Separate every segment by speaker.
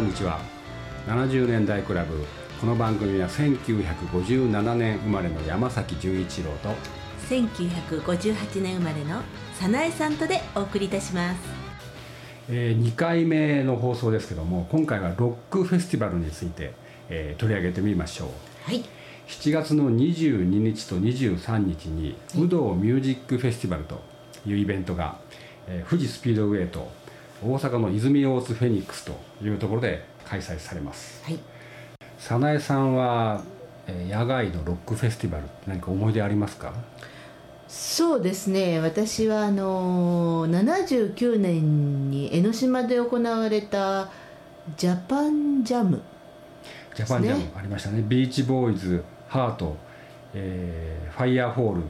Speaker 1: にちは70年代クラブこの番組は1957年生まれの山崎純一郎と
Speaker 2: 1958年生まれの早苗さんとでお送りいたします
Speaker 1: えー2回目の放送ですけども今回はロックフェスティバルについて、えー取り上げてみましょう
Speaker 2: はい
Speaker 1: 7月の22日と23日に有働ミュージックフェスティバルというイベントが、えー富士スピードウェイと大阪の泉大津フェニックスというところで開催されます
Speaker 2: はい
Speaker 1: 早苗さんは、えー野外のロックフェスティバルって何か思い出ありますか
Speaker 3: そうですね私はあのー79年に江ノ島で行われたジャパンジャム
Speaker 1: ジャパンジャム
Speaker 3: ね
Speaker 1: ありましたねビーチボーイズハート、えーファイヤーホール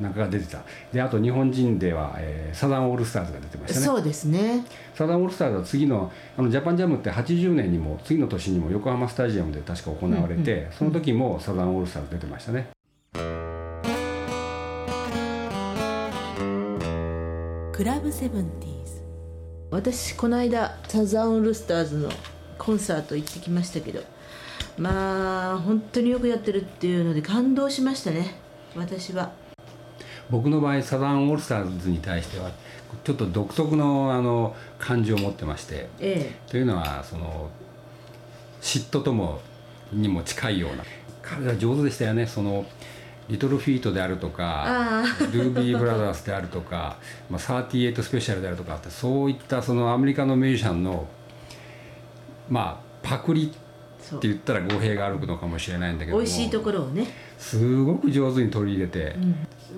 Speaker 1: なんかが出てたであと日本人では、えーサザンオールスターズが出てましたね
Speaker 3: そうですね
Speaker 1: サザンオールスターズは次のあのジャパンジャムって80年にも次の年にも横浜スタジアムで確か行われて、
Speaker 3: うん
Speaker 1: その時もサザンオールスターズ出てましたね
Speaker 2: クラブセブンティーズ
Speaker 3: 私この間サザンオールスターズのコンサート行ってきましたけどまあ本当によくやってるっていうので感動しましたね私は
Speaker 1: 僕の場合サザンオールスターズに対してはちょっと独特のあの感情を持ってまして
Speaker 3: ええ
Speaker 1: というのはその嫉妬ともにも近いような彼ら上手でしたよねそのリトルフィートであるとか
Speaker 3: あ
Speaker 1: ルービー・ブラザーズであるとか、まあ、38スペシャルであるとかってそういったそのアメリカのミュージシャンのまあパクリ
Speaker 3: そ
Speaker 1: っ
Speaker 3: う
Speaker 1: て言ったら語弊があるのかもしれないんだけど
Speaker 3: 美
Speaker 1: も
Speaker 3: 味しいところをね、
Speaker 1: すごく上手に取り入れて、
Speaker 3: うん、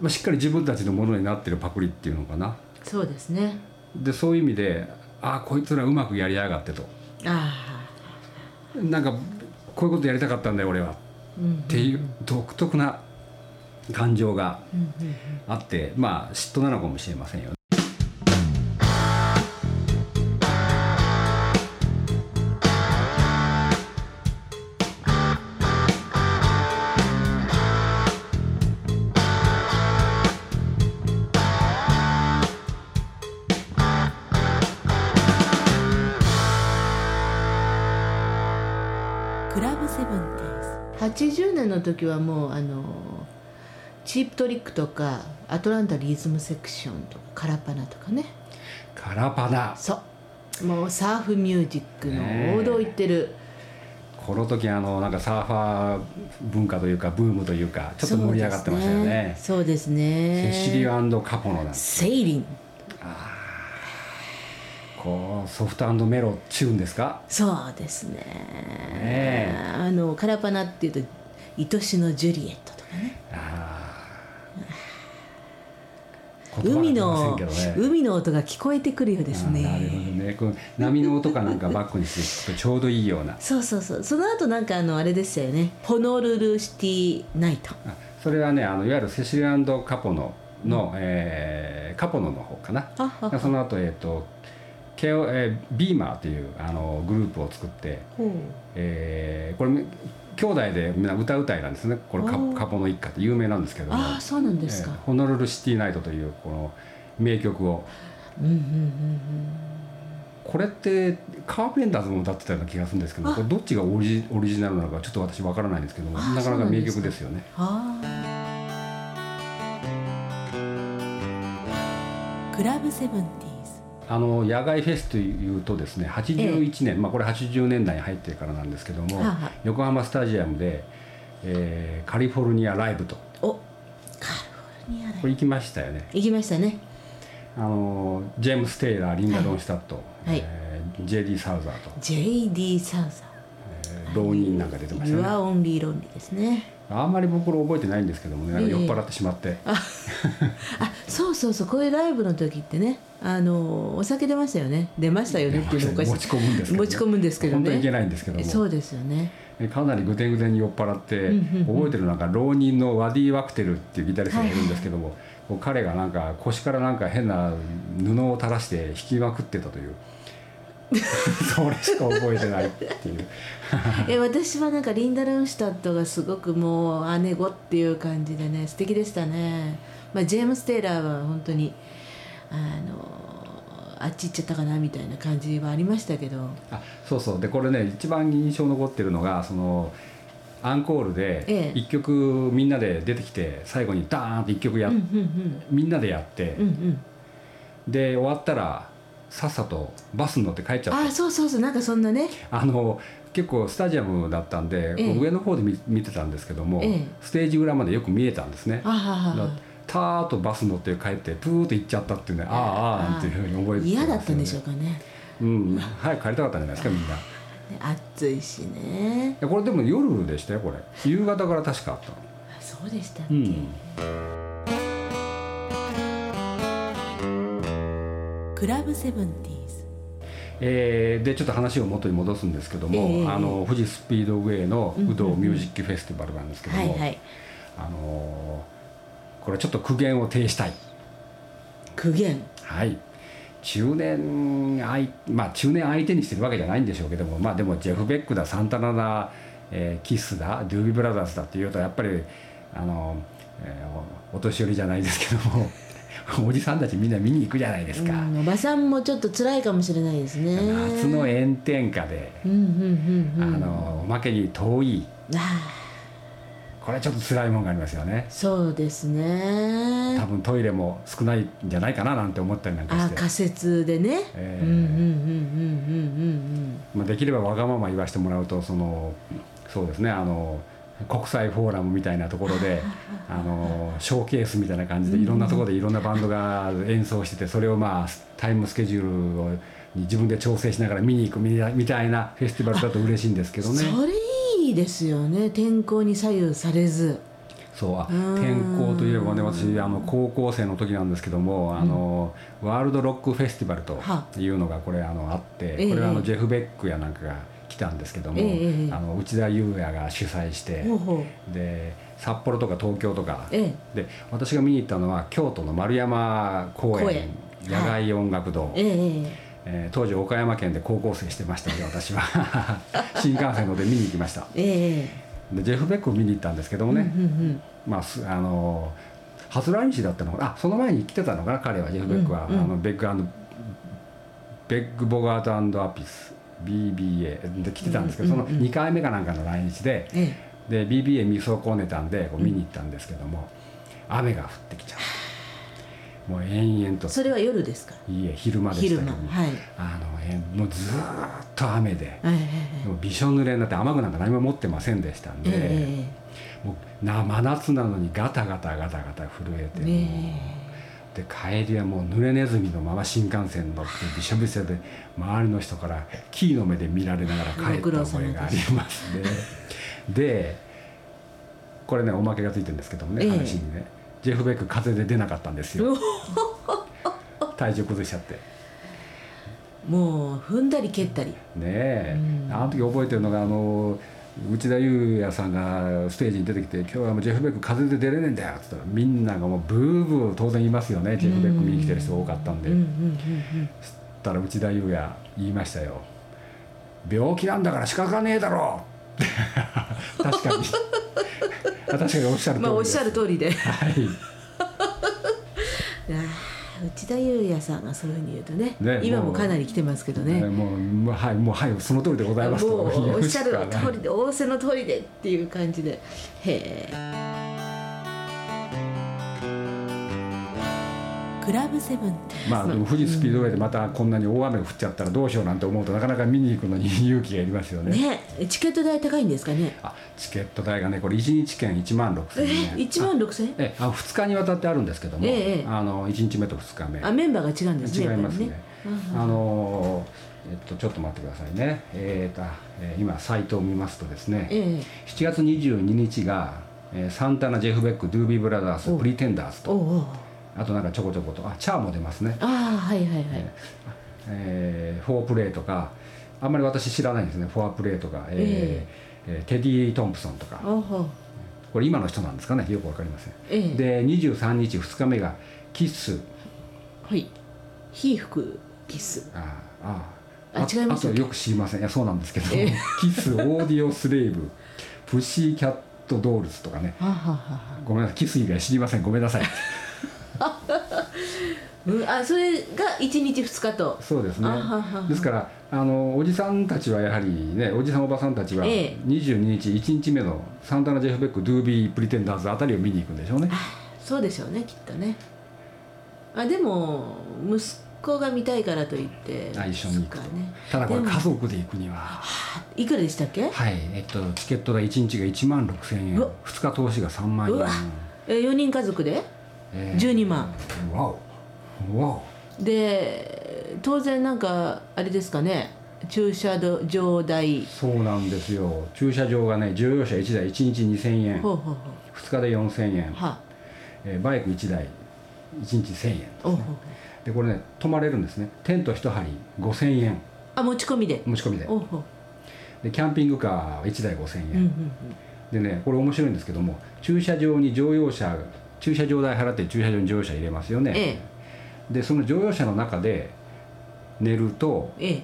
Speaker 1: まあ、しっかり自分たちのものになってるパクリっていうのかな
Speaker 3: そうですね
Speaker 1: でそういう意味でああこいつらうまくやりやがってと
Speaker 3: あ
Speaker 1: なんかこういうことやりたかったんだよ俺は
Speaker 3: あうん
Speaker 1: っていう独特な感情が
Speaker 3: うんうんうん
Speaker 1: あってまあ嫉妬なのかもしれませんよね
Speaker 2: クラブセブンティーズ
Speaker 3: 80年の時はもうあのチープトリックとかアトランタリズムセクションとかカラパナとかね
Speaker 1: カラパナ
Speaker 3: そうもうサーフミュージック
Speaker 1: ねえ
Speaker 3: の王道行ってる、
Speaker 1: この時あのなんかサーファー文化というかブームというかちょっと盛り上がってましたよね
Speaker 3: そうですね
Speaker 1: セシリアカポノなんて
Speaker 3: セイリン
Speaker 1: こうソフトメロチューンですか
Speaker 3: そうですね
Speaker 1: え
Speaker 3: あのカラパナっていうと「愛しのジュリエット」とかね
Speaker 1: あー言葉が出
Speaker 3: 海
Speaker 1: ません
Speaker 3: の
Speaker 1: けどね
Speaker 3: 海の音が聞こえてくるようですね
Speaker 1: あーなるほどねこの波の音かなんかバックにしてちょうどいいような
Speaker 3: そうそうそうその後なんかあのあれですよねホノルルシティナイト
Speaker 1: あそれはねあのいわゆるセシルカポノの、えーカポノの方かな
Speaker 3: あああ
Speaker 1: その後、えーとケオえービーマーというあのグループを作って、
Speaker 3: ほ
Speaker 1: えーこれ兄弟でみんな歌うたいなんですねこれカ
Speaker 3: おー
Speaker 1: カポノ一家って有名なんですけども
Speaker 3: ああそうなんですか、
Speaker 1: えーホノルルシティナイト」というこの名曲を
Speaker 3: うんうんうん
Speaker 1: これってカーペンターズも歌ってたような気がするんですけどこれどっちがオリジオリジナルなのかちょっと私わからないんですけども
Speaker 3: あー
Speaker 1: なかな
Speaker 3: そう
Speaker 1: か
Speaker 3: なん
Speaker 1: 名
Speaker 3: です
Speaker 1: 曲
Speaker 3: か
Speaker 1: ですよね。
Speaker 3: ああ
Speaker 2: クラブセブンティーズ
Speaker 1: あの野外フェスというとですね81年、まあ、これ80年代に入ってからなんですけども、
Speaker 3: はあはあ
Speaker 1: 横浜スタジアムで、えーカリフォルニアライブと
Speaker 3: おカリフォルニアだ
Speaker 1: これ行きましたよね
Speaker 3: 行きましたね
Speaker 1: あのジェームス・テイラーリンダ・ロンシュタット、
Speaker 3: はい
Speaker 1: えー JD ・サウザーと、
Speaker 3: JD サウザ
Speaker 1: えー浪人なんか出てまし
Speaker 3: ー You
Speaker 1: た
Speaker 3: are
Speaker 1: ね
Speaker 3: only lonely ですね
Speaker 1: あんまり僕これ覚えてないんですけどもねなんか酔っ
Speaker 3: ええ
Speaker 1: 払ってしまって、
Speaker 3: あそうそうそうこういうライブの時ってねあのお酒出ましたよね出ましたよ ねっていうのおかしい
Speaker 1: 持ち込むんですけどね
Speaker 3: 持ち込むんですけどね
Speaker 1: 本当にいけないんですけども
Speaker 3: そうですよね
Speaker 1: えかなりぐてんぐてんに酔っ払って、
Speaker 3: うんうんうん
Speaker 1: 覚えてるなんか浪人のワディ・ワクテルっていうギタリストがいるんですけども、こう彼がなんか腰からなんか変な布を垂らして弾きまくってたという それしか覚えてないっていう
Speaker 3: え私はなんかリンダ・ルンシュタットがすごくもう姉御っていう感じでね素敵でしたね、まあ、ジェームス・テイラーは本当にあのあっち行っちゃったかなみたいな感じはありましたけど
Speaker 1: あそうそうでこれね一番印象残ってるのがそのアンコール
Speaker 3: え
Speaker 1: で
Speaker 3: え
Speaker 1: 一曲みんなで出てきて最後にダーンって一曲やっ、
Speaker 3: うんうん
Speaker 1: みんなでやって、
Speaker 3: うんうん
Speaker 1: で終わったらさっさとバスに乗って帰っち
Speaker 3: うん
Speaker 1: ゃっ
Speaker 3: あそうそうそうなんかそんなね
Speaker 1: たあの結構スタジアムだったんで、
Speaker 3: ええ
Speaker 1: 上の方で見見てたんですけども、
Speaker 3: ええ
Speaker 1: ステージ裏までよく見えたんですね
Speaker 3: あはは
Speaker 1: だ
Speaker 3: は
Speaker 1: たーっとバス乗って帰ってプーっと行っちゃったっていうねああああなんていうふうに覚えてますよ
Speaker 3: 嫌
Speaker 1: ね
Speaker 3: だったんでしょうかね
Speaker 1: うん早く帰りたかったんじゃないですかみんない
Speaker 3: ね暑いしね
Speaker 1: やこれでも夜でしたよこれ夕方から確かあったの
Speaker 3: あそうでしたっ
Speaker 1: う
Speaker 3: け、
Speaker 1: ん
Speaker 2: クラブセブンティーズ
Speaker 1: えーでちょっと話を元に戻すんですけども、
Speaker 3: ええ
Speaker 1: あの富士スピードウェイの
Speaker 3: うんうんうん
Speaker 1: 有働ミュージックフェスティバルなんですけど
Speaker 3: は
Speaker 1: も、
Speaker 3: いはい
Speaker 1: あのーこれちょっと苦言を呈したい
Speaker 3: 苦言
Speaker 1: はい中年相まあ中年相手にしてるわけじゃないんでしょうけどもまあでもジェフ・ベックだサンタナだ、えーキスだドゥービー・ブラザーズだっていうとやっぱりあの、えーおお年寄りじゃないですけども おじさんたちみんな見に行くじゃないですか、
Speaker 3: うんおばさんもちょっと辛いかもしれないですね
Speaker 1: 夏の炎天下で、
Speaker 3: うんうんうんうん
Speaker 1: あのおまけに遠い
Speaker 3: あ
Speaker 1: これはちょっと辛いもんがありますよね
Speaker 3: ーそうですね
Speaker 1: 多分トイレも少ないんじゃないかななんて思ったりなんか
Speaker 3: あ
Speaker 1: して
Speaker 3: 仮説でね、
Speaker 1: え
Speaker 3: う
Speaker 1: ー
Speaker 3: んうんうん
Speaker 1: まあ、できればわがまま言わせてもらうとそのそうですねあの国際フォーラムみたいなところであのショーケースみたいな感じでいろんなところでいろんなバンドが演奏しててそれをまあタイムスケジュールをに自分で調整しながら見に行くみたいみたいなフェスティバルだと嬉しいんですけ
Speaker 3: うん
Speaker 1: ど
Speaker 3: うん
Speaker 1: ね
Speaker 3: それいいですよね天候に左右されず
Speaker 1: そうあ
Speaker 3: うん
Speaker 1: 天候といえばね私あの高校生の時なんですけども、あのワールドロックフェスティバルというのがこれあのあって
Speaker 3: ええ
Speaker 1: これはあのジェフ・ベックやなんかが来たんですけども、
Speaker 3: ええええ
Speaker 1: あの内田裕也が主催して、
Speaker 3: ほうほう
Speaker 1: で札幌とか東京とか
Speaker 3: ええ
Speaker 1: で私が見に行ったのは京都の丸山公
Speaker 3: 公
Speaker 1: 園
Speaker 3: 園
Speaker 1: 野外音楽堂、
Speaker 3: ええええ
Speaker 1: えー当時岡山県で高校生してましたので私 は新幹線ので見に行きました
Speaker 3: ええ
Speaker 1: でジェフ・ベックを見に行ったんですけどもね、
Speaker 3: うんうん
Speaker 1: まあ、すあの初来日だったのかなあその前に来てたのかな彼はジェフ・ベックは、
Speaker 3: うんうん
Speaker 1: あのベックアンドベック・ボガートアピス BBA で来てたんですけど、
Speaker 3: うんうんうん
Speaker 1: その2回目かなんかの来日で
Speaker 3: え
Speaker 1: で BBA 見損ねたんでこう見に行ったんですけども、雨が降ってきちゃってもう延々と
Speaker 3: えそれは夜ですか
Speaker 1: いいえ昼間でしたけ
Speaker 3: 昼
Speaker 1: ど
Speaker 3: 間
Speaker 1: も
Speaker 3: はい
Speaker 1: あのえもうずーっと雨で。
Speaker 3: ええ
Speaker 1: もうびしょ濡れになって雨具なんか何も持ってませんでしたん
Speaker 3: ええ
Speaker 1: で、
Speaker 3: え
Speaker 1: もうな真夏なのにガタガタガタガタ震えて、
Speaker 3: えね
Speaker 1: で帰りはもう濡れネズミのまま新幹線に乗ってびしょびしょで周りの人からキーの目で見られながら帰った覚えがありますね。でこれねおまけがついてるんですけどもね、
Speaker 3: ええ
Speaker 1: 話にねジェフ・ベック風邪で出なかったんですよ体調崩しちゃってね
Speaker 3: えもう踏んだり蹴ったり
Speaker 1: え、
Speaker 3: うん
Speaker 1: あの時覚えてるのがあの内田裕也さんがステージに出てきて「今日はもうジェフ・ベック風邪で出れねえんだよ」っつったらみんながもうブーブー当然いますよねジェフ・ベック見に来てる人多かったんで。
Speaker 3: うんうんうん
Speaker 1: そしたら内田裕也言いましたよ「病気なんだから仕方がねえだ ろ!」って確かに確かにおっしゃ
Speaker 3: う
Speaker 1: る通り
Speaker 3: んまあおっしゃる
Speaker 1: り
Speaker 3: 通り
Speaker 1: は
Speaker 3: で
Speaker 1: い
Speaker 3: あー内田裕也さんがそういうふうに言うとね
Speaker 1: ね
Speaker 3: 今
Speaker 1: も
Speaker 3: も
Speaker 1: う
Speaker 3: かなり来てますけど
Speaker 1: ね
Speaker 3: ね
Speaker 1: もうもうはいもうはいその通りでございます
Speaker 3: も
Speaker 1: と
Speaker 3: うおっしゃる
Speaker 1: 言うしかない
Speaker 3: 通りで仰せの通りでっていう感じでへえ
Speaker 2: クラブセブンティー
Speaker 1: まあでも富士スピードウェイでまたこんなに大雨が降っちゃったらどうしようなんて思うとなかなか見に行くのに勇気がいりますよね
Speaker 3: ねチケット代高いんですかね
Speaker 1: あチケット代がねこれ1日券1万
Speaker 3: え
Speaker 1: 6000円
Speaker 3: 1万6000円
Speaker 1: えあ2日にわたってあるんですけども、
Speaker 3: ええええ
Speaker 1: あの1日目と2日目
Speaker 3: あメンバーが違うんです
Speaker 1: 違い
Speaker 3: ねやっぱり
Speaker 1: ますね。あのーえっとちょっと待ってくださいね。えーと、えー今サイトを見ますとですね、
Speaker 3: ええ
Speaker 1: 7月22日が、えーサンタナジェフベックドゥービーブラザー
Speaker 3: お
Speaker 1: ズプリテンダーズ
Speaker 3: お
Speaker 1: と
Speaker 3: うおう
Speaker 1: あとなんかちょこちょことあチャーも出ますね。
Speaker 3: ああはいはいはい、
Speaker 1: えーえーフォープレイとかあんまり私知らないんですね。フォアプレイとか、えーえーテディトンプソンとか
Speaker 3: おうおう
Speaker 1: これ今の人なんですかねよくわかりません。
Speaker 3: ええ
Speaker 1: で23日2日目がキッス
Speaker 3: はい火吹くキス
Speaker 1: ああ
Speaker 3: あ違いましたっ
Speaker 1: あ
Speaker 3: け
Speaker 1: とよく知りませんいやそうなんですけど
Speaker 3: ええ
Speaker 1: 「キスオーディオスレイブ」「プッシーキャットドールズ」とかね
Speaker 3: はあはあはあはあ
Speaker 1: ごめんなさいキス以外知りませんごめんなさい
Speaker 3: うん、あそれが1日2日と
Speaker 1: そうですね
Speaker 3: あはは
Speaker 1: ですからあのおじさんたちはやはりねおじさんおばさんたちは
Speaker 3: ええ
Speaker 1: 22日1日目のサンタナ・ジェフ・ベック「ドゥービー・プリテンダーズ」あたりを見に行くんでしょうね
Speaker 3: そうでしょうねきっとねあでも息子が見たいからといって
Speaker 1: あ一緒に行く
Speaker 3: そ
Speaker 1: と
Speaker 3: っかね
Speaker 1: ただこれ
Speaker 3: でも
Speaker 1: 家族で行くには。
Speaker 3: いくらでしたっけ
Speaker 1: はい、えっと、チケット代1日が1万6000円
Speaker 3: うわ
Speaker 1: 2日投資が3万
Speaker 3: う
Speaker 1: 円
Speaker 3: わ、え4人家族で
Speaker 1: え
Speaker 3: 12万
Speaker 1: わおわお
Speaker 3: で当然なんかあれですかね駐車場代
Speaker 1: そうなんですよ駐車場がね乗用車1台1日2000円
Speaker 3: ほうほうほ
Speaker 1: 2日で4000円
Speaker 3: う、は
Speaker 1: えーバイク1台1日1000円
Speaker 3: おうほうほう
Speaker 1: でこれね泊まれるんですねテント1張り5000円
Speaker 3: あ持ち込みで
Speaker 1: 持ち込みで
Speaker 3: おうほう
Speaker 1: でキャンピングカー1台5000
Speaker 3: うんう
Speaker 1: 円、
Speaker 3: んうん
Speaker 1: でねこれ面白いんですけども駐車場に乗用車駐車場代払って駐車場に乗用車入れますよね、
Speaker 3: え
Speaker 1: でその乗用車の中で寝ると
Speaker 3: ええ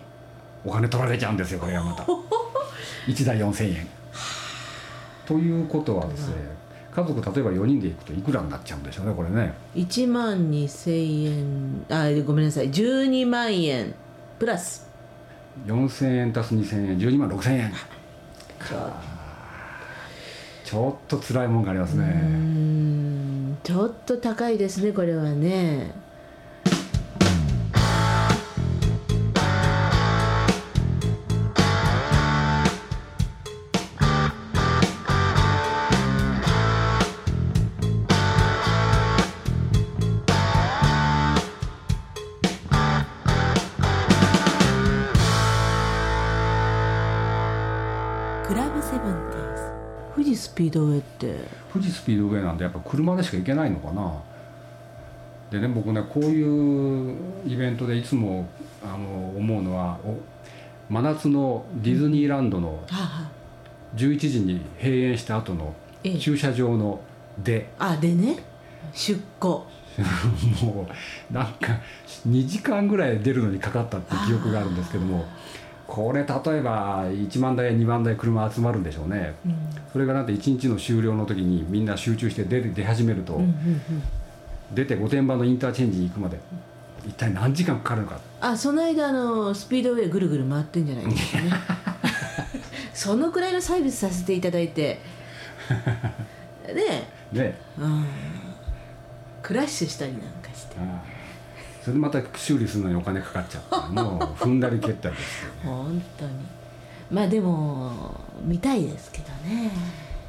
Speaker 1: お金取られちゃうんですよこれはま た1台4000円ということはですね家族例えば4人で行くといくらになっちゃうんでしょうねこれね
Speaker 3: え1万2000円あごめんなさい12万円プラス
Speaker 1: 4000円足す2000円12万6000円
Speaker 3: ちょっ
Speaker 1: ちょっと辛いもんがあります
Speaker 3: う
Speaker 1: ね
Speaker 3: ーんちょっと高いですねこれはね
Speaker 2: クラブセブンティーン
Speaker 3: 富士スピードウェイって
Speaker 1: 富士スピードウェイなんでやっぱ車でしか行けないのかなでね僕ねこういうイベントでいつもあの思うのはお真夏のディズニーランドの
Speaker 3: はあはあ
Speaker 1: 11時に閉園した後の
Speaker 3: ええ
Speaker 1: 駐車場の出
Speaker 3: あでね出庫
Speaker 1: もうなんか2時間ぐらい出るのにかかったって記憶があるんですけどもこれ例えば1万台2万台車集まるんでしょうね
Speaker 3: うん
Speaker 1: それがなんて1日の終了の時にみんな集中して出る出始めると、
Speaker 3: うんうんうん
Speaker 1: 出て御殿場のインターチェンジに行くまで一体何時間かかるのか
Speaker 3: あその間あのスピードウェイぐるぐる回ってんじゃないですか ねそのくらいのサービスさせていただいてね
Speaker 1: ね
Speaker 3: うんクラッシュしたりなんかして
Speaker 1: あーそれでまた修理するのにお金かかっちゃ うもう踏んだり蹴ったりですよ
Speaker 3: 本当にまあでも見たいですけどね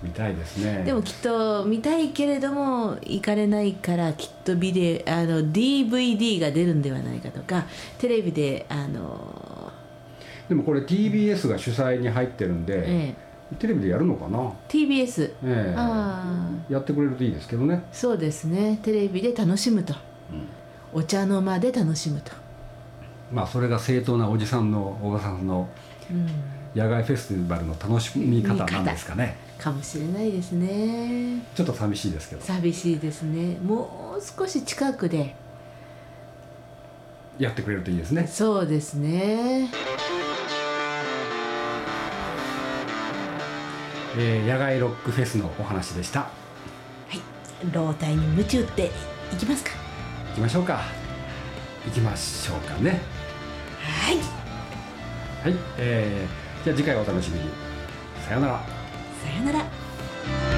Speaker 1: みたいですね
Speaker 3: でもきっと見たいけれども行かれないからきっとビデあの DVD が出るんではないかとかテレビであの、
Speaker 1: でもこれ TBS が主催に入ってるんで、
Speaker 3: ええ
Speaker 1: テレビでやるのかな、
Speaker 3: TBS
Speaker 1: ええ
Speaker 3: ああ
Speaker 1: やってくれるといいですけどね
Speaker 3: そうですねテレビで楽しむと、お茶の間で楽しむと、
Speaker 1: まあそれが正当なおじさんのおばさんの
Speaker 3: うん、
Speaker 1: 野外フェスティバルの楽しみ方なんですかね
Speaker 3: かもしれないですね
Speaker 1: ちょっと寂しいですけど
Speaker 3: 寂しいですねもう少し近くで
Speaker 1: やってくれるといいですね
Speaker 3: そうですね
Speaker 1: えー野外ロックフェスのお話でした
Speaker 2: 老体に夢中っていきますか
Speaker 1: 行きましょうか行きましょうかね
Speaker 2: はい
Speaker 1: はい、えーじゃあ次回お楽しみにさようなら
Speaker 2: さよなら